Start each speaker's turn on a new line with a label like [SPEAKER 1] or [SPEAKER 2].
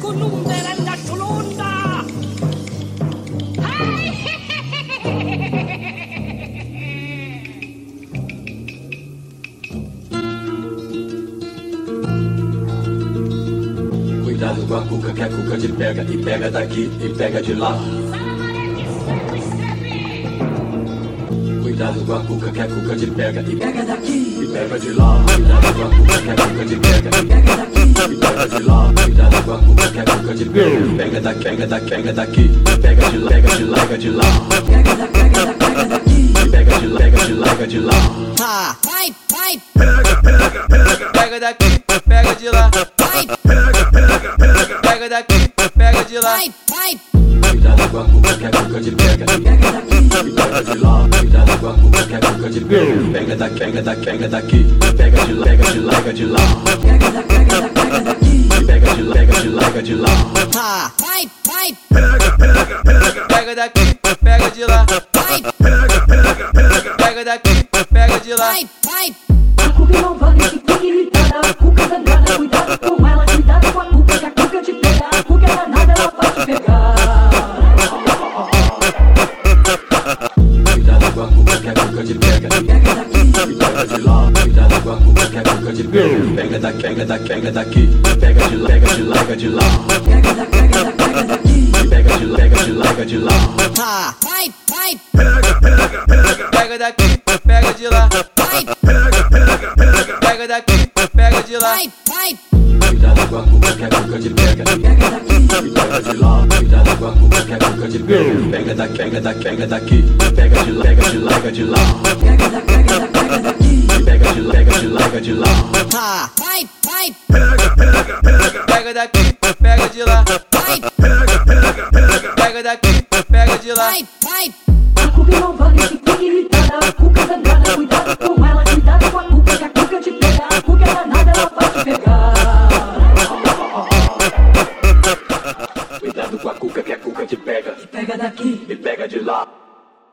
[SPEAKER 1] Columber and the Colunda!
[SPEAKER 2] Cuidado com a cuca que a cuca te pega e pega daqui e pega de lá. Cuidado com a cuca que a cuca te pega e pega daqui e pega de lá. Cuidado com a cuca que a cuca te pega e pega daqui e pega de lá. Cuidado com a cuca que a cuca te pega e pega daqui, pega daqui, pega daqui, pega de lá, pega de lá, pega de lá. Pega da- pega da- pega daqui e pega de lá, pega de lá, pega de lá.
[SPEAKER 3] Ah,
[SPEAKER 4] Vai, vai,
[SPEAKER 3] pega daqui, pega de lá.
[SPEAKER 4] vai,
[SPEAKER 3] Pega daqui, pega de lá.
[SPEAKER 4] vai, vai.
[SPEAKER 2] Cuidado com a cuca que a cuca te pega e pega daqui e pega de lá. Cuidado com a cuca que a cuca te pega e pega daqui, pega daqui, pega daqui, pega de lá, pega de lá, pega de lá. Pega da- pega da- pega daqui e pega de lá, pega de lá, pega de lá.
[SPEAKER 4] Ah, vai, vai,
[SPEAKER 3] Pega daqui, pega de lá.
[SPEAKER 4] vai,
[SPEAKER 3] Pega daqui, pega de lá.
[SPEAKER 4] vai, vai.
[SPEAKER 5] A cuca não vale, que cuca irritada, a cuca danada, cuidado com ela, cuidado com a cuca, que a cuca te pega, a cuca é danada, ela vai te pegar.
[SPEAKER 2] Cuidado com a cuca que a cuca te pega e pega daqui e pega de lá. Cuidado com a cuca que a cuca te pega e pega daqui, pega daqui, pega daqui, pega de lá, pega de lá, pega de lá. Pega da- pega da- pega daqui e pega de lá, pega de lá, pega de lá.
[SPEAKER 4] Ah, vai, vai,
[SPEAKER 3] Pega daqui, pega de lá.
[SPEAKER 4] vai,
[SPEAKER 3] Pega daqui, pega de lá.
[SPEAKER 4] vai, vai.
[SPEAKER 2] Cuidado com a cuca que a cuca te pega e pega daqui e pega de lá. Cuidado com a cuca que a cuca te pega e pega daqui, pega daqui, pega daqui, pega de lá, pega de lá, pega de lá. Pega da- pega da- pega daqui e pega de lá, pega de lá, pega de lá.
[SPEAKER 4] Ah, vai, vai,
[SPEAKER 3] Pega daqui, pega de lá.
[SPEAKER 4] vai,
[SPEAKER 3] Pega daqui, pega de lá.
[SPEAKER 4] vai, vai.
[SPEAKER 5] A cuca não vale, que cuca irritada, a cuca danada, cuidado com ela, cuidado com a cuca, que a cuca te pega, a cuca é danada, ela vai te pegar.
[SPEAKER 2] Cuidado com a cuca que a cuca te pega
[SPEAKER 5] Pega daqui,
[SPEAKER 2] e pega de lá.